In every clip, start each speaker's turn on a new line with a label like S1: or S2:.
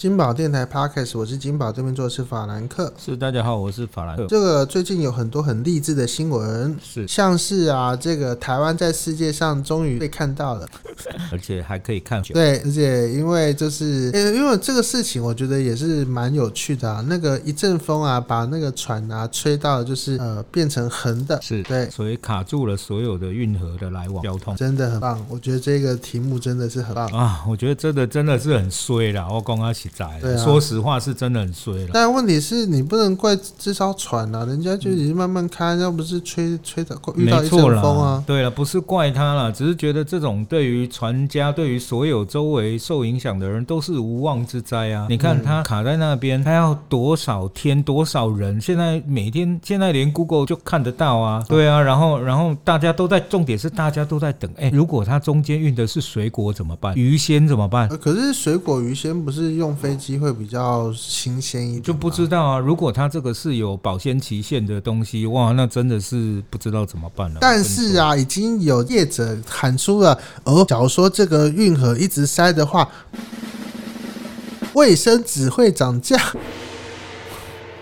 S1: 金宝电台 Podcast，我是金宝，对面坐的是法兰克。
S2: 是，大家好，我是法兰克。
S1: 这个最近有很多很励志的新闻，
S2: 是，
S1: 像是啊，这个台湾在世界上终于被看到了，
S2: 而且还可以看球。
S1: 对，而且因为就是，呃因为这个事情，我觉得也是蛮有趣的啊。那个一阵风啊，把那个船啊吹到就是呃变成横的，
S2: 是，
S1: 对，
S2: 所以卡住了所有的运河的来往交通
S1: 真的很棒。我觉得这个题目真的是很棒。
S2: 啊！我觉得真的真的是很衰啦，我刚刚起在
S1: 对啊
S2: 说实话是真的很衰了。
S1: 但问题是你不能怪这艘船啊，人家就已经慢慢开，要不是吹吹到遇
S2: 没
S1: 到一阵
S2: 错啦，
S1: 风啊，
S2: 对了，不是怪他啦，只是觉得这种对于船家、对于所有周围受影响的人都是无妄之灾
S1: 嗯
S2: 啊！你看他卡在那边，他要多少天、多少人？现在每天，现在连 Google 就看得到啊！
S1: 嗯
S2: 对啊，然后，然后大家都在，重点是大家都在等。哎，如果他中间运的是水果怎么办？鱼鲜怎么办？
S1: 呃可是水果鱼鲜不是用飞机会比较新鲜一点吗，
S2: 就不知道
S1: 嗯
S2: 啊！如果他这个是有保鲜期限的东西，哇，那真的是不知道怎么办了、
S1: 但是啊，已经有业者喊出了，哦，假如说这个运河一直塞的话，卫生纸会涨价。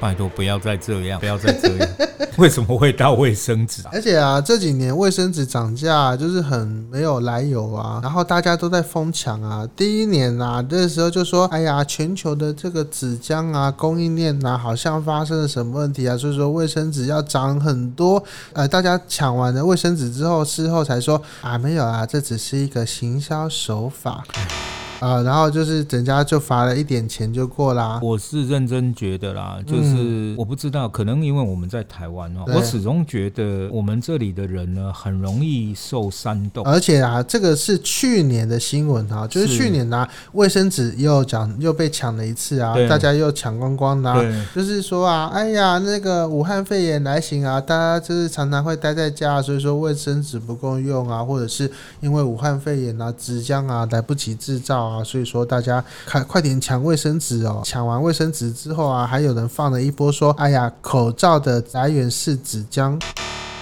S2: 拜托，不要再这样，不要再这样。 为什么会到卫生纸啊？
S1: 而且啊，这几年卫生纸涨价就是很没有来由啊，然后大家都在疯抢啊。第一年啊，那时候就说，哎呀，全球的这个纸浆啊供应链啊，好像发生了什么问题啊，所以说卫生纸要涨很多。呃，大家抢完了卫生纸之后，事后才说啊，没有啊，这只是一个行销手法。 啊、然后就是人家就罚了一点钱就过啦。
S2: 我是认真觉得啦，就是我不知道，可能因为我们在台湾哦，
S1: 对
S2: 我始终觉得我们这里的人呢，很容易受煽动。
S1: 而且啊，这个是去年的新闻啊，就是
S2: 是
S1: 去年啊，卫生纸又讲又被抢了一次啊
S2: 对，
S1: 大家又抢光光的、啊。
S2: 对，
S1: 就是说啊，哎呀，那个武汉肺炎来行啊，大家就是常常会待在家，所以说卫生纸不够用啊，或者是因为武汉肺炎啊，纸浆啊来不及制造啊，所以说大家快快点抢卫生纸哦。抢完卫生纸之后啊，还有人放了一波说，哎呀，口罩的来源是纸浆，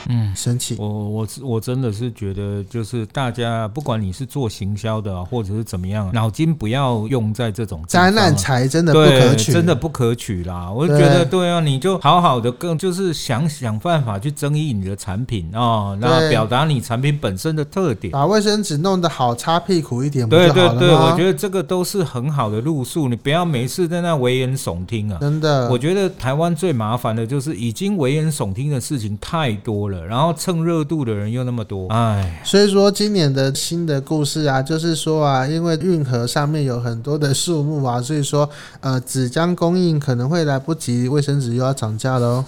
S2: 嗯。
S1: 生气。
S2: 我我是我真的是觉得，就是大家不管你是做行销的啊、或者是怎么样，脑筋不要用在这种地方啊
S1: 灾难才真的不
S2: 对，
S1: 可取，
S2: 真的不可取啦。我就觉得对啊，你就好好的更就是想想办法去争议你的产品哦，那
S1: 对
S2: 表达你产品本身的特点。
S1: 把卫生纸弄得好擦屁股一点不就
S2: 对
S1: 好
S2: 对
S1: 了吗？
S2: 对，我觉得这个都是很好的路数，你不要每次在那危言耸听啊。
S1: 真的，
S2: 我觉得台湾最麻烦的就是已经危言耸听的事情太多了，然后蹭热度的人又那么多，哎，
S1: 所以说今年的新的故事啊，就是说啊，因为运河上面有很多的树木啊，所以说呃纸浆供应可能会来不及，卫生纸又要涨价喽。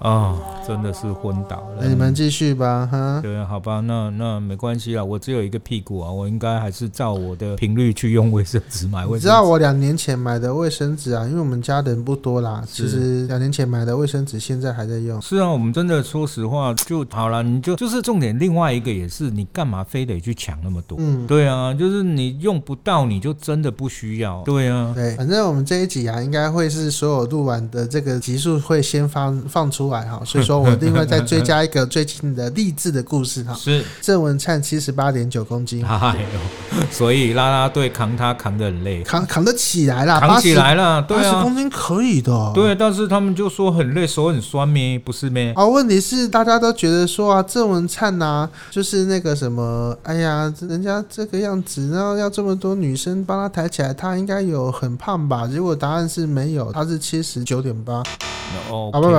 S2: 啊、真的是昏倒了。
S1: 那哎你们继续吧，哈。
S2: 对，好吧，那那没关系啦，我只有一个屁股啊，我应该还是照我的频率去用卫生纸买卫
S1: 你
S2: 生
S1: 知道我两年前买的卫生纸啊，因为我们家人不多啦，其
S2: 是
S1: 实两年前买的卫生纸现在还在用。
S2: 是啊，我们真的说实话就好了，你就就是重点。另外一个也是，你干嘛非得去抢那么多？
S1: 嗯，
S2: 对啊，就是你用不到，你就真的不需要。对啊，
S1: 对，反正我们这一集啊，应该会是所有录完的这个集数会先放放出来 哈，所以说我另外再追加一个最近的励志的故事 哈。
S2: 是，
S1: 郑文灿七十八点九公斤，
S2: 哎呦，所以啦啦队扛他扛得很累，
S1: 扛扛得起来啦，
S2: 扛起来了，
S1: 八
S2: 对
S1: 十
S2: 啊，
S1: 公斤可以的、哦。。
S2: 对，但是他们就说很累，手很酸咩，不是咩？
S1: 啊，问题是大家都觉得说啊，郑文灿呐、就是那个什么，哎呀，人家这个样子，然后要这么多女生帮他抬起来，他应该有很胖吧？结果答案是没有，他是七十九点八，
S2: 哦，
S1: 啊不不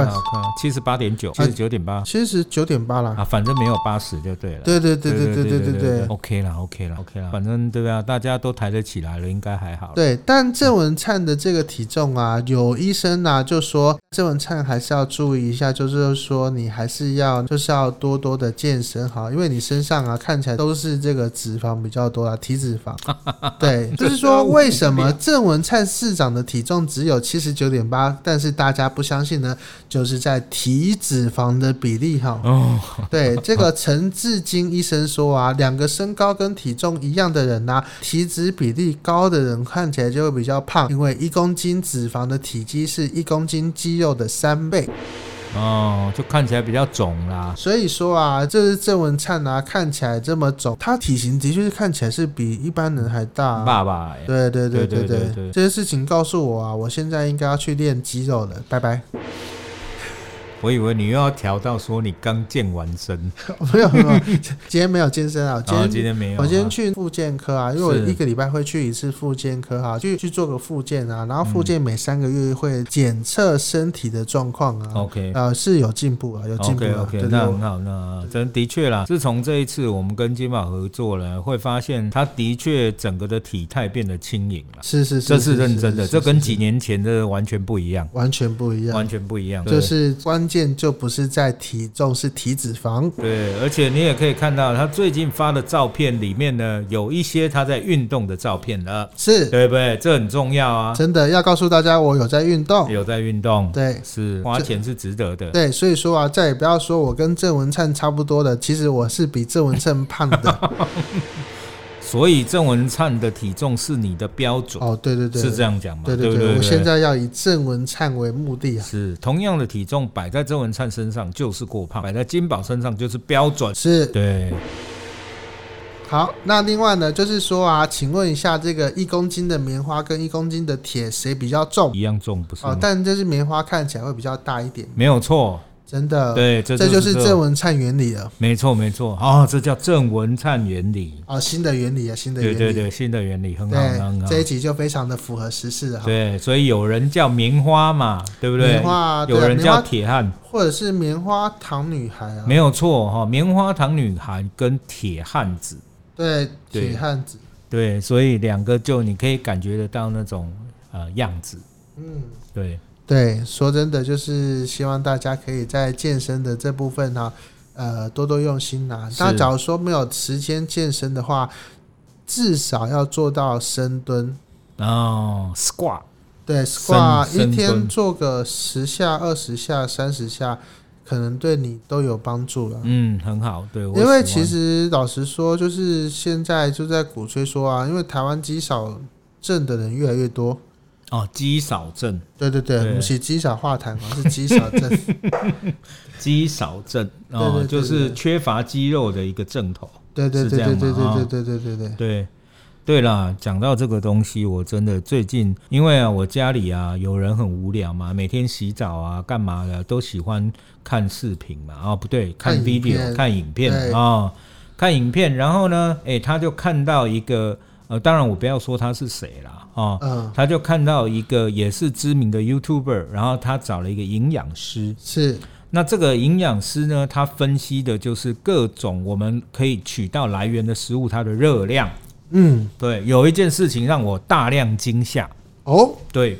S2: 七十八点九，七十九点八
S1: 七十九点八啦。
S2: 啊，反正没有八十就对了。
S1: 对对对对对对对对。
S2: ，OK 啦，OK 啦，OK 啦，反正对啊，大家都抬得起来了，应该还好。
S1: 对，但郑文灿的这个体重啊，有医生啊就说郑文灿还是要注意一下，就是说你还是要就是要多多的健身哈，因为你身上啊看起来都是这个脂肪比较多啦，啊体脂肪。 对，就是说为什么郑文灿市长的体重只有七十九点八，但是大家不相信呢？就是在体脂肪的比例哈。
S2: 哦，
S1: 对，这个陈志金医生说啊，两个身高跟体重一样的人呐、啊体脂比例高的人看起来就会比较胖，因为一公斤脂肪的体积是一公斤肌肉的三倍。
S2: 哦，就看起来比较肿啦。
S1: 所以说啊，这是郑文灿啊，看起来这么肿，他体型的确是看起来是比一般人还大、啊。
S2: 爸爸、欸，
S1: 对对对对
S2: 对
S1: 对
S2: 对对
S1: 这些事情告诉我啊，我现在应该要去练肌肉了。拜拜，
S2: 我以为你又要调到说你刚健完身，
S1: 没有没有，今天没有健身啊，今
S2: 然后
S1: 天
S2: 今天没有啊。
S1: 我今天去复健科啊，因为我
S2: 是
S1: 一个礼拜会去一次复健科哈、去去做个复健啊，然后复健每三个月会检测身体的状况啊。
S2: OK。
S1: 呃，是有进步啊，有进步
S2: OK
S1: 啊
S2: OK，
S1: 对对
S2: 那
S1: 对
S2: 很好，那真的确啦。自从这一次我们跟金宝合作了，会发现他的确整个的体态变得轻盈了，
S1: 是是是，
S2: 这是认真的，
S1: 是
S2: 这跟
S1: 是
S2: 几年前的完全不一样，
S1: 完全不一样，
S2: 完全不一样。
S1: 就
S2: 对
S1: 是关键就不是在体重，是体脂肪。
S2: 对，而且你也可以看到他最近发的照片里面呢，有一些他在运动的照片了，
S1: 是
S2: 对不对？这很重要啊，
S1: 真的要告诉大家，我有在运动。
S2: 有在运动，
S1: 对
S2: 是花钱是值得的。
S1: 对，所以说啊，再也不要说我跟郑文灿差不多的，其实我是比郑文灿胖的。
S2: 所以郑文灿的体重是你的标准，
S1: 哦，对对对，
S2: 是这样讲嘛？
S1: 对
S2: 对
S1: 对
S2: 不
S1: 我现在要以郑文灿为目的啊。
S2: 是同样的体重摆在郑文灿身上就是过胖，摆在金宝身上就是标准。
S1: 是
S2: 对，
S1: 好，那另外呢，就是说啊，请问一下，这个一公斤的棉花跟一公斤的铁谁比较重？
S2: 一样重不是
S1: 哦
S2: 吗？，
S1: 但这是棉花看起来会比较大一点，
S2: 没有错，
S1: 真的。，
S2: 对，这
S1: 呃这就是
S2: 这
S1: 郑，文灿原理了。
S2: 没错没错，哦，这叫郑文灿原理。
S1: 哦，新的原理啊，新的原
S2: 对
S1: 理。
S2: 对对，新的原理很好，
S1: 对
S2: 很好。
S1: 这一集就非常的符合时事哈。
S2: 对，所以有人叫棉花嘛，对不对？
S1: 棉花啊对
S2: 有
S1: 啊
S2: 人
S1: 棉
S2: 叫
S1: 花
S2: 铁汉，
S1: 或者是棉花糖女孩啊，
S2: 没有错哈、棉花糖女孩跟铁汉子，
S1: 对，
S2: 对
S1: 铁汉子，
S2: 对，所以两个就你可以感觉得到那种呃样子，
S1: 嗯。
S2: 对，
S1: 对，说真的，就是希望大家可以在健身的这部分哈、呃，多多用心啦、
S2: 是
S1: 那假如说没有时间健身的话，至少要做到深蹲，
S2: 然后哦 squat
S1: 对，squat
S2: 深
S1: 一天
S2: 蹲
S1: 做个十下、二十下、三十下，可能对你都有帮助了。
S2: 嗯，很好，对，我
S1: 因为
S2: 喜
S1: 其
S2: 欢
S1: 实老实说，就是现在就在鼓吹说啊，因为台湾肌少症的人越来越多，
S2: 哦，肌少症，
S1: 对对对，
S2: 对
S1: 不是肌少化痰嘛，是肌少症。
S2: 肌少症
S1: 对对
S2: 哦
S1: 对，
S2: 就是
S1: 对
S2: 缺乏肌肉的一个症头。
S1: 对对
S2: 是
S1: 对
S2: 这
S1: 对
S2: 样
S1: 对
S2: 吗啊
S1: 对对对对对对。
S2: 对，对啦，讲到这个东西，我真的最近，因为啊，我家里啊有人很无聊嘛，每天洗澡啊、干嘛的都喜欢看视频嘛，啊、不对，看
S1: 看影
S2: video
S1: 片
S2: 看影片
S1: 对
S2: 啊、看影片，然后呢，诶，他就看到一个，呃，当然我不要说他是谁啦，啊、
S1: 嗯，
S2: 他就看到一个也是知名的 YouTuber，然后他找了一个营养师，
S1: 是
S2: 那这个营养师呢，他分析的就是各种我们可以取到来源的食物，它的热量。
S1: 嗯，
S2: 对，有一件事情让我大量惊吓。
S1: 哦，
S2: 对，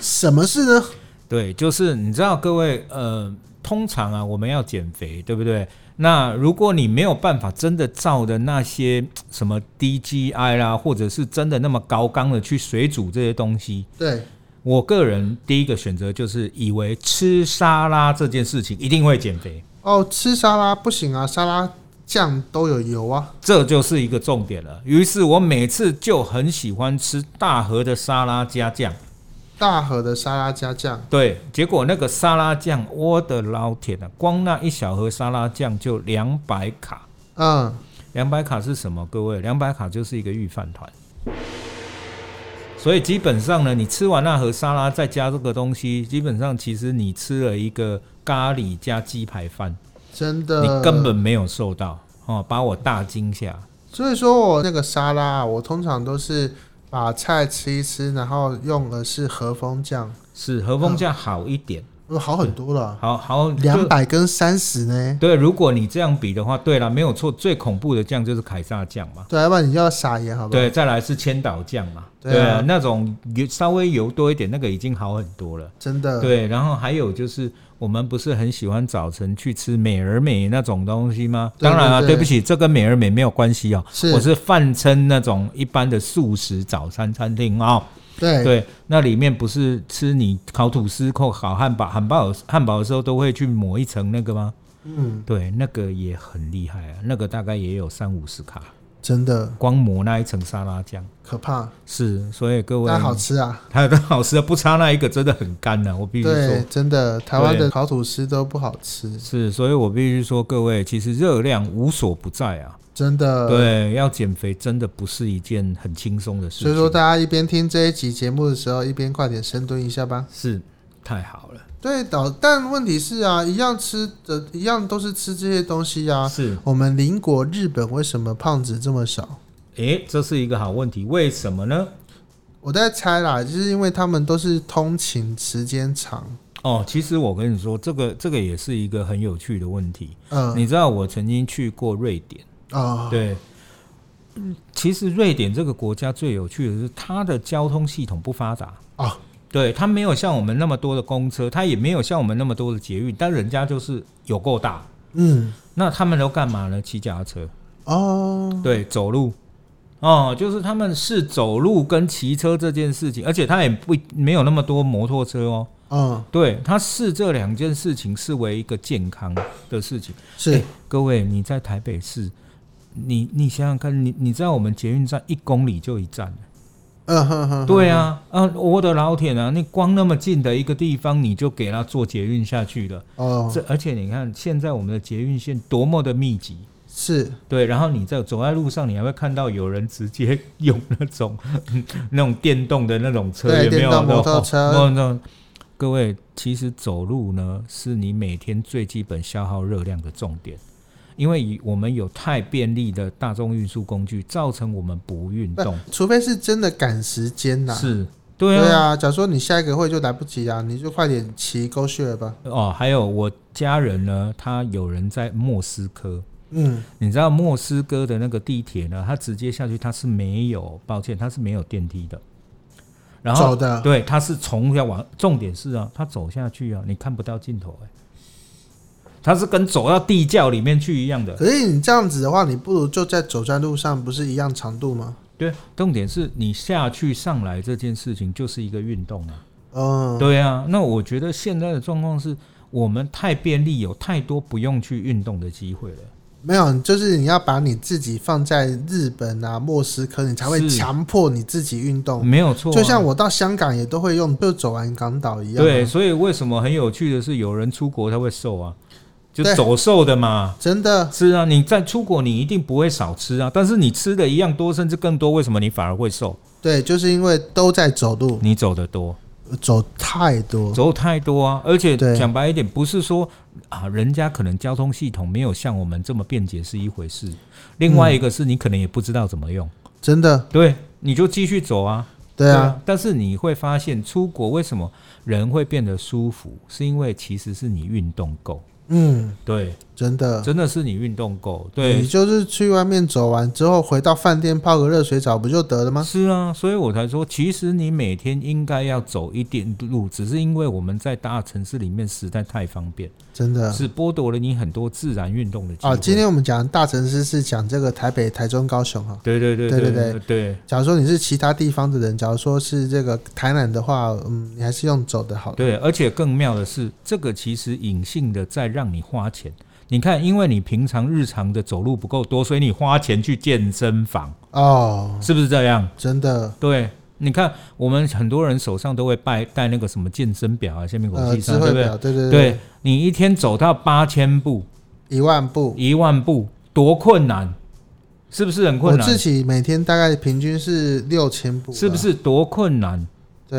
S1: 什么事呢？
S2: 对，就是你知道各位，呃，通常啊，我们要减肥，对不对？那如果你没有办法真的照的那些什么 DGI 啦，或者是真的那么高纲的去水煮这些东西，
S1: 对，
S2: 我个人第一个选择就是以为吃沙拉这件事情一定会减肥，
S1: 哦，吃沙拉不行啊，沙拉酱都有油啊。
S2: 这就是一个重点了。于是我每次就很喜欢吃大盒的沙拉加酱。
S1: 大盒的沙拉加酱，
S2: 对，结果那个沙拉酱，我的老天啊！光那一小盒沙拉酱就两百卡，
S1: 嗯，
S2: 两百卡是什么？各位，两百卡就是一个预饭团。所以基本上呢，你吃完那盒沙拉，再加这个东西，基本上其实你吃了一个咖喱加鸡排饭，
S1: 真的，
S2: 你根本。没有瘦到哦，把我大惊吓。
S1: 所以说我那个沙拉啊，我通常都是把菜吃一吃，然后用的是和风酱，
S2: 是和风酱好一点，
S1: 呃好很多了，
S2: 好好就
S1: 两百跟三十呢。
S2: 对，如果你这样比的话，对了，没有错，最恐怖的酱就是凯撒酱嘛。
S1: 对，要不然你就要撒盐，好不好？
S2: 对，再来是千岛酱嘛，
S1: 对啊
S2: 那种油稍微油多一点，那个已经好很多了。
S1: 真的，
S2: 对，然后还有就是，我们不是很喜欢早晨去吃美而美那种东西吗？
S1: 对
S2: 当然啊，
S1: 对对
S2: 对不起，这跟美而美没有关系哦。
S1: 是
S2: 我是泛称那种一般的素食早餐餐厅哦。
S1: 对
S2: 对，那里面不是吃你烤吐司或烤汉堡、汉堡、汉堡的时候都会去抹一层那个吗？
S1: 嗯，
S2: 对，那个也很厉害啊，那个大概也有三五十卡。
S1: 真的
S2: 光抹那一层沙拉酱。
S1: 可怕，
S2: 是，所以各位，
S1: 但好吃啊！
S2: 它的好吃的不差那一个真的很干啊的、我必须
S1: 对
S2: 说。，
S1: 真的，台湾
S2: 对
S1: 的烤吐司都不好吃，
S2: 是，所以我必须说，各位，其实热量无所不在啊。
S1: 真的。，
S2: 对，要减肥真的不是一件很轻松的事情。
S1: 所以说大家一边听这一集节目的时候，一边快点深蹲一下吧。
S2: 是太好了，
S1: 对，导，但问题是啊，一样吃的，一样都是吃这些东西啊。
S2: 是，
S1: 我们邻国日本为什么胖子这么少？
S2: 诶，这是一个好问题，为什么呢？
S1: 我在猜啦，就是因为他们都是通勤时间长。
S2: 哦，其实我跟你说，这个这个也是一个很有趣的问题。
S1: 嗯，
S2: 你知道我曾经去过瑞典，
S1: 啊，
S2: 对，嗯其实瑞典这个国家最有趣的是它的交通系统不发达
S1: 啊，
S2: 对，它没有像我们那么多的公车，它也没有像我们那么多的捷运，但人家就是有够大。
S1: 嗯，
S2: 那他们都干嘛呢？骑脚踏车，
S1: 哦，
S2: 对，走路。哦，就是他们是走路跟骑车这件事情，而且他也不没有那么多摩托车哦。
S1: 嗯，
S2: 对，他视这两件事情视为一个健康的事情。
S1: 是
S2: 哎各位，你在台北市，你你想想看，你你在我们捷运站一公里就一站了，
S1: 嗯哼哼，
S2: 对啊，啊，我的老铁啊，那光那么近的一个地方，你就给他坐捷运下去了。
S1: 哦，
S2: 这而且你看，现在我们的捷运线多么的密集。
S1: 是
S2: 对，然后你在走在路上，你还会看到有人直接 用那种那种电动的那种车，
S1: 对
S2: 有没有
S1: 电动摩托
S2: 那种
S1: 车
S2: 哦那种各位，其实走路呢，是你每天最基本消耗热量的重点，因为以我们有太便利的大众运输工具，造成我们不运动。
S1: 除非是真的赶时间呐、
S2: 是，对啊，
S1: 对啊，假如说你下一个会就来不及啊，你就快点骑 Go Share 吧。
S2: 哦，还有我家人呢，他有人在莫斯科。
S1: 嗯，
S2: 你知道莫斯科的那个地铁呢？它直接下去，它是没有，抱歉，它是没有电梯的。然后
S1: 走的
S2: 对，它是从要往，重点是啊，它走下去啊，你看不到尽头哎、它是跟走到地窖里面去一样的。
S1: 可是你这样子的话，你不如就在走在路上，不是一样长度吗？
S2: 对，重点是你下去上来这件事情就是一个运动啊。
S1: 嗯，
S2: 对啊，那我觉得现在的状况是我们太便利，有太多不用去运动的机会了。
S1: 没有，就是你要把你自己放在日本啊、莫斯科，你才会
S2: 是
S1: 强迫你自己运动。
S2: 没有错啊、
S1: 就像我到香港也都会用，就走完港岛一样、啊
S2: 对，，所以为什么很有趣的是，有人出国他会瘦啊，就
S1: 对
S2: 走瘦的嘛。
S1: 真的
S2: 是啊，你在出国你一定不会少吃啊，但是你吃的一样多甚至更多，为什么你反而会瘦？
S1: 对，就是因为都在走路，
S2: 你走的多，
S1: 走太多。
S2: 走太多啊！而且
S1: 对
S2: 讲白一点，不是说啊，人家可能交通系统没有像我们这么便捷是一回事，另外一个是你可能也不知道怎么用，
S1: 真的，
S2: 对，你就继续走啊。
S1: 对啊，，
S2: 但是你会发现出国为什么人会变得舒服，是因为其实是你运动够。
S1: 嗯，
S2: 对，
S1: 真的。
S2: 真的是你运动够，
S1: 你
S2: 对，
S1: 就是去外面走完之后，回到饭店泡个热水澡不就得了吗？
S2: 是啊，所以我才说，其实你每天应该要走一点路，只是因为我们在大城市里面实在太方便，
S1: 真的
S2: 是剥夺了你很多自然运动的机会。
S1: 啊！今天我们讲大城市是讲这个台北、台中、高雄哈。
S2: 对对对
S1: 对对
S2: 对
S1: 对
S2: 对，
S1: 假如说你是其他地方的人，假如说是这个台南的话，嗯，你还是用走的好了。
S2: 对，而且更妙的是，这个其实隐性的在让你花钱。你看，因为你平常日常的走路不够多，所以你花钱去健身房，
S1: 哦，
S2: 是不是这样？
S1: 真的，
S2: 对，你看我们很多人手上都会带带那个什么健身表啊，下面
S1: 呃，
S2: 国际
S1: 智
S2: 上，对
S1: 慧
S2: 不对？
S1: 表，对对
S2: 对你一天走到八千步、
S1: 一万步，
S2: 一万步，多困难，是不是很
S1: 我
S2: 困难
S1: 自？己每天大概平均是六千步，
S2: 是不？是多困难？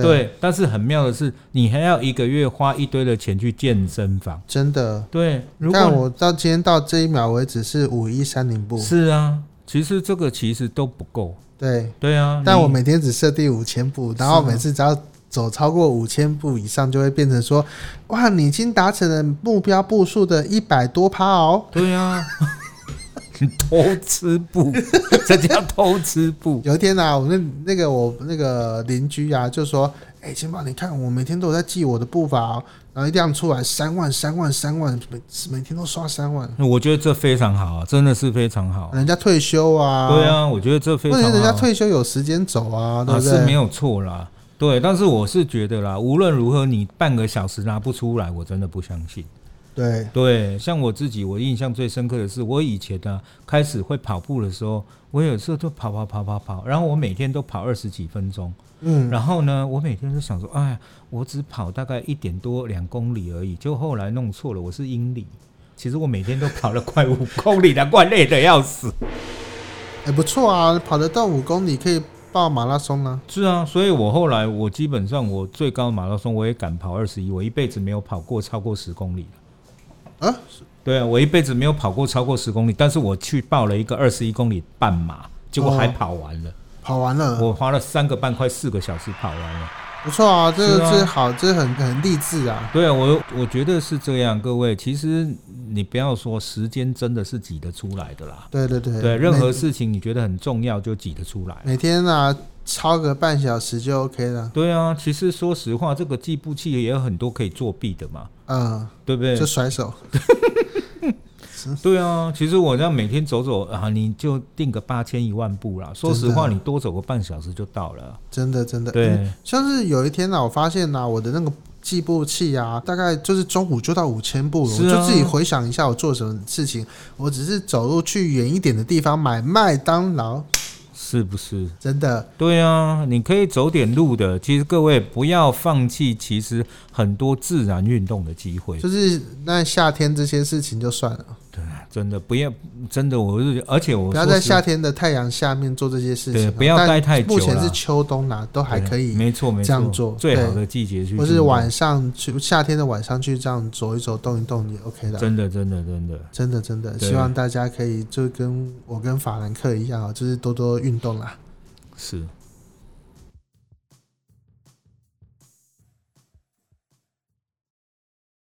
S1: 对，
S2: 但是很妙的是，你还要一个月花一堆的钱去健身房。
S1: 真的。
S2: 对，如
S1: 但
S2: 果
S1: 我到今天到这一秒为止是五一三零步，
S2: 是啊，其实这个其实都不够。
S1: 对。
S2: 对啊，
S1: 但
S2: 你
S1: 我每天只设定五千步，
S2: 啊
S1: 然后每次只要走超过五千步以上，就会变成说，哇，你已经达成了目标步数的一百多趴哦。
S2: 对啊， 你偷吃 步，这叫偷吃步。
S1: 有一天啊，我那那个我那个邻居啊，就说：“哎、金宝，你看我每天都有在记我的步伐、哦，然后一亮出来三万、三万、三万，每每天都刷三万，
S2: 我觉得这非常好啊，真的是非常好。
S1: 人家退休啊，
S2: 对，啊，我觉得这非
S1: 问
S2: 常
S1: 题
S2: 好
S1: 是
S2: 啊。
S1: 人家退休有时间走啊，对
S2: 啊
S1: 不
S2: 是没
S1: 对？
S2: 有错啦，对，但是我是觉得啦，无论如何你半个小时拿不出来，我真的不相信。
S1: 对，
S2: 对，像我自己，我印象最深刻的是，我以前呢、开始会跑步的时候，我有时候就跑跑跑跑跑，然后我每天都跑二十几分钟，
S1: 嗯，
S2: 然后呢，我每天都想说，哎呀，我只跑大概一点多两公里而已，就后来弄错了，我是英里。其实我每天都跑了快五公里，难怪累得要死。
S1: 也不错啊，跑得到五公里可以报马拉松啦、
S2: 是啊，所以我后来我基本上我最高马拉松我也敢跑二十一，我一辈子没有跑过超过十公里。
S1: 啊。啊，
S2: 对啊，我一辈子没有跑过超过十公里，但是我去报了一个二十一公里半马，结果还
S1: 哦
S2: 跑完了，
S1: 跑完了，
S2: 我花了三个半快四个小时跑完了。
S1: 不错啊，这
S2: 是啊
S1: 个是好，这很很励志啊。
S2: 对啊，我我觉得是这样，各位，其实你不要说时间真的是挤得出来的啦，
S1: 对对对，
S2: 对，任何
S1: 每
S2: 事情你觉得很重要就挤得出来。
S1: 每天啊超个半小时就 OK 了，
S2: 对啊，其实说实话，这个计步器也有很多可以作弊的嘛，
S1: 嗯，
S2: 对不对
S1: 就？甩手，
S2: 对啊，其实我这样每天走走啊，你就定个八千一万步啦。说实话，
S1: 真的啊
S2: 你多走个半小时就到了。
S1: 真的真的。
S2: 对，
S1: 嗯，像是有一天呢、啊，我发现呢、啊，我的那个计步器啊，大概就是中午就到五千步了，
S2: 是
S1: 我
S2: 啊
S1: 就自己回想一下我做什么事情，我只是走路去远一点的地方买麦当劳，
S2: 是不是？
S1: 真的。
S2: 对啊，你可以走点路的。其实各位不要放弃，其实很多自然运动的机会，
S1: 就是那夏天这些事情就算了，
S2: 真的不要，真的我是，而且我
S1: 不要
S2: 说
S1: 在
S2: 实
S1: 夏天的太阳下面做这些事情
S2: 对
S1: 啊、
S2: 不要
S1: 但
S2: 待太久
S1: 目前
S2: 啦
S1: 是秋冬啦，都还
S2: 对
S1: 可以，
S2: 没错没错，
S1: 这样做
S2: 最好
S1: 对
S2: 的季节去运动，
S1: 或是晚上去夏天的晚上去这样走一走、动一动也 OK 的。
S2: 真的真的真的，
S1: 真的真的，
S2: 对
S1: 希望大家可以就跟我跟法兰克一样啊，就是多多运动啦。
S2: 是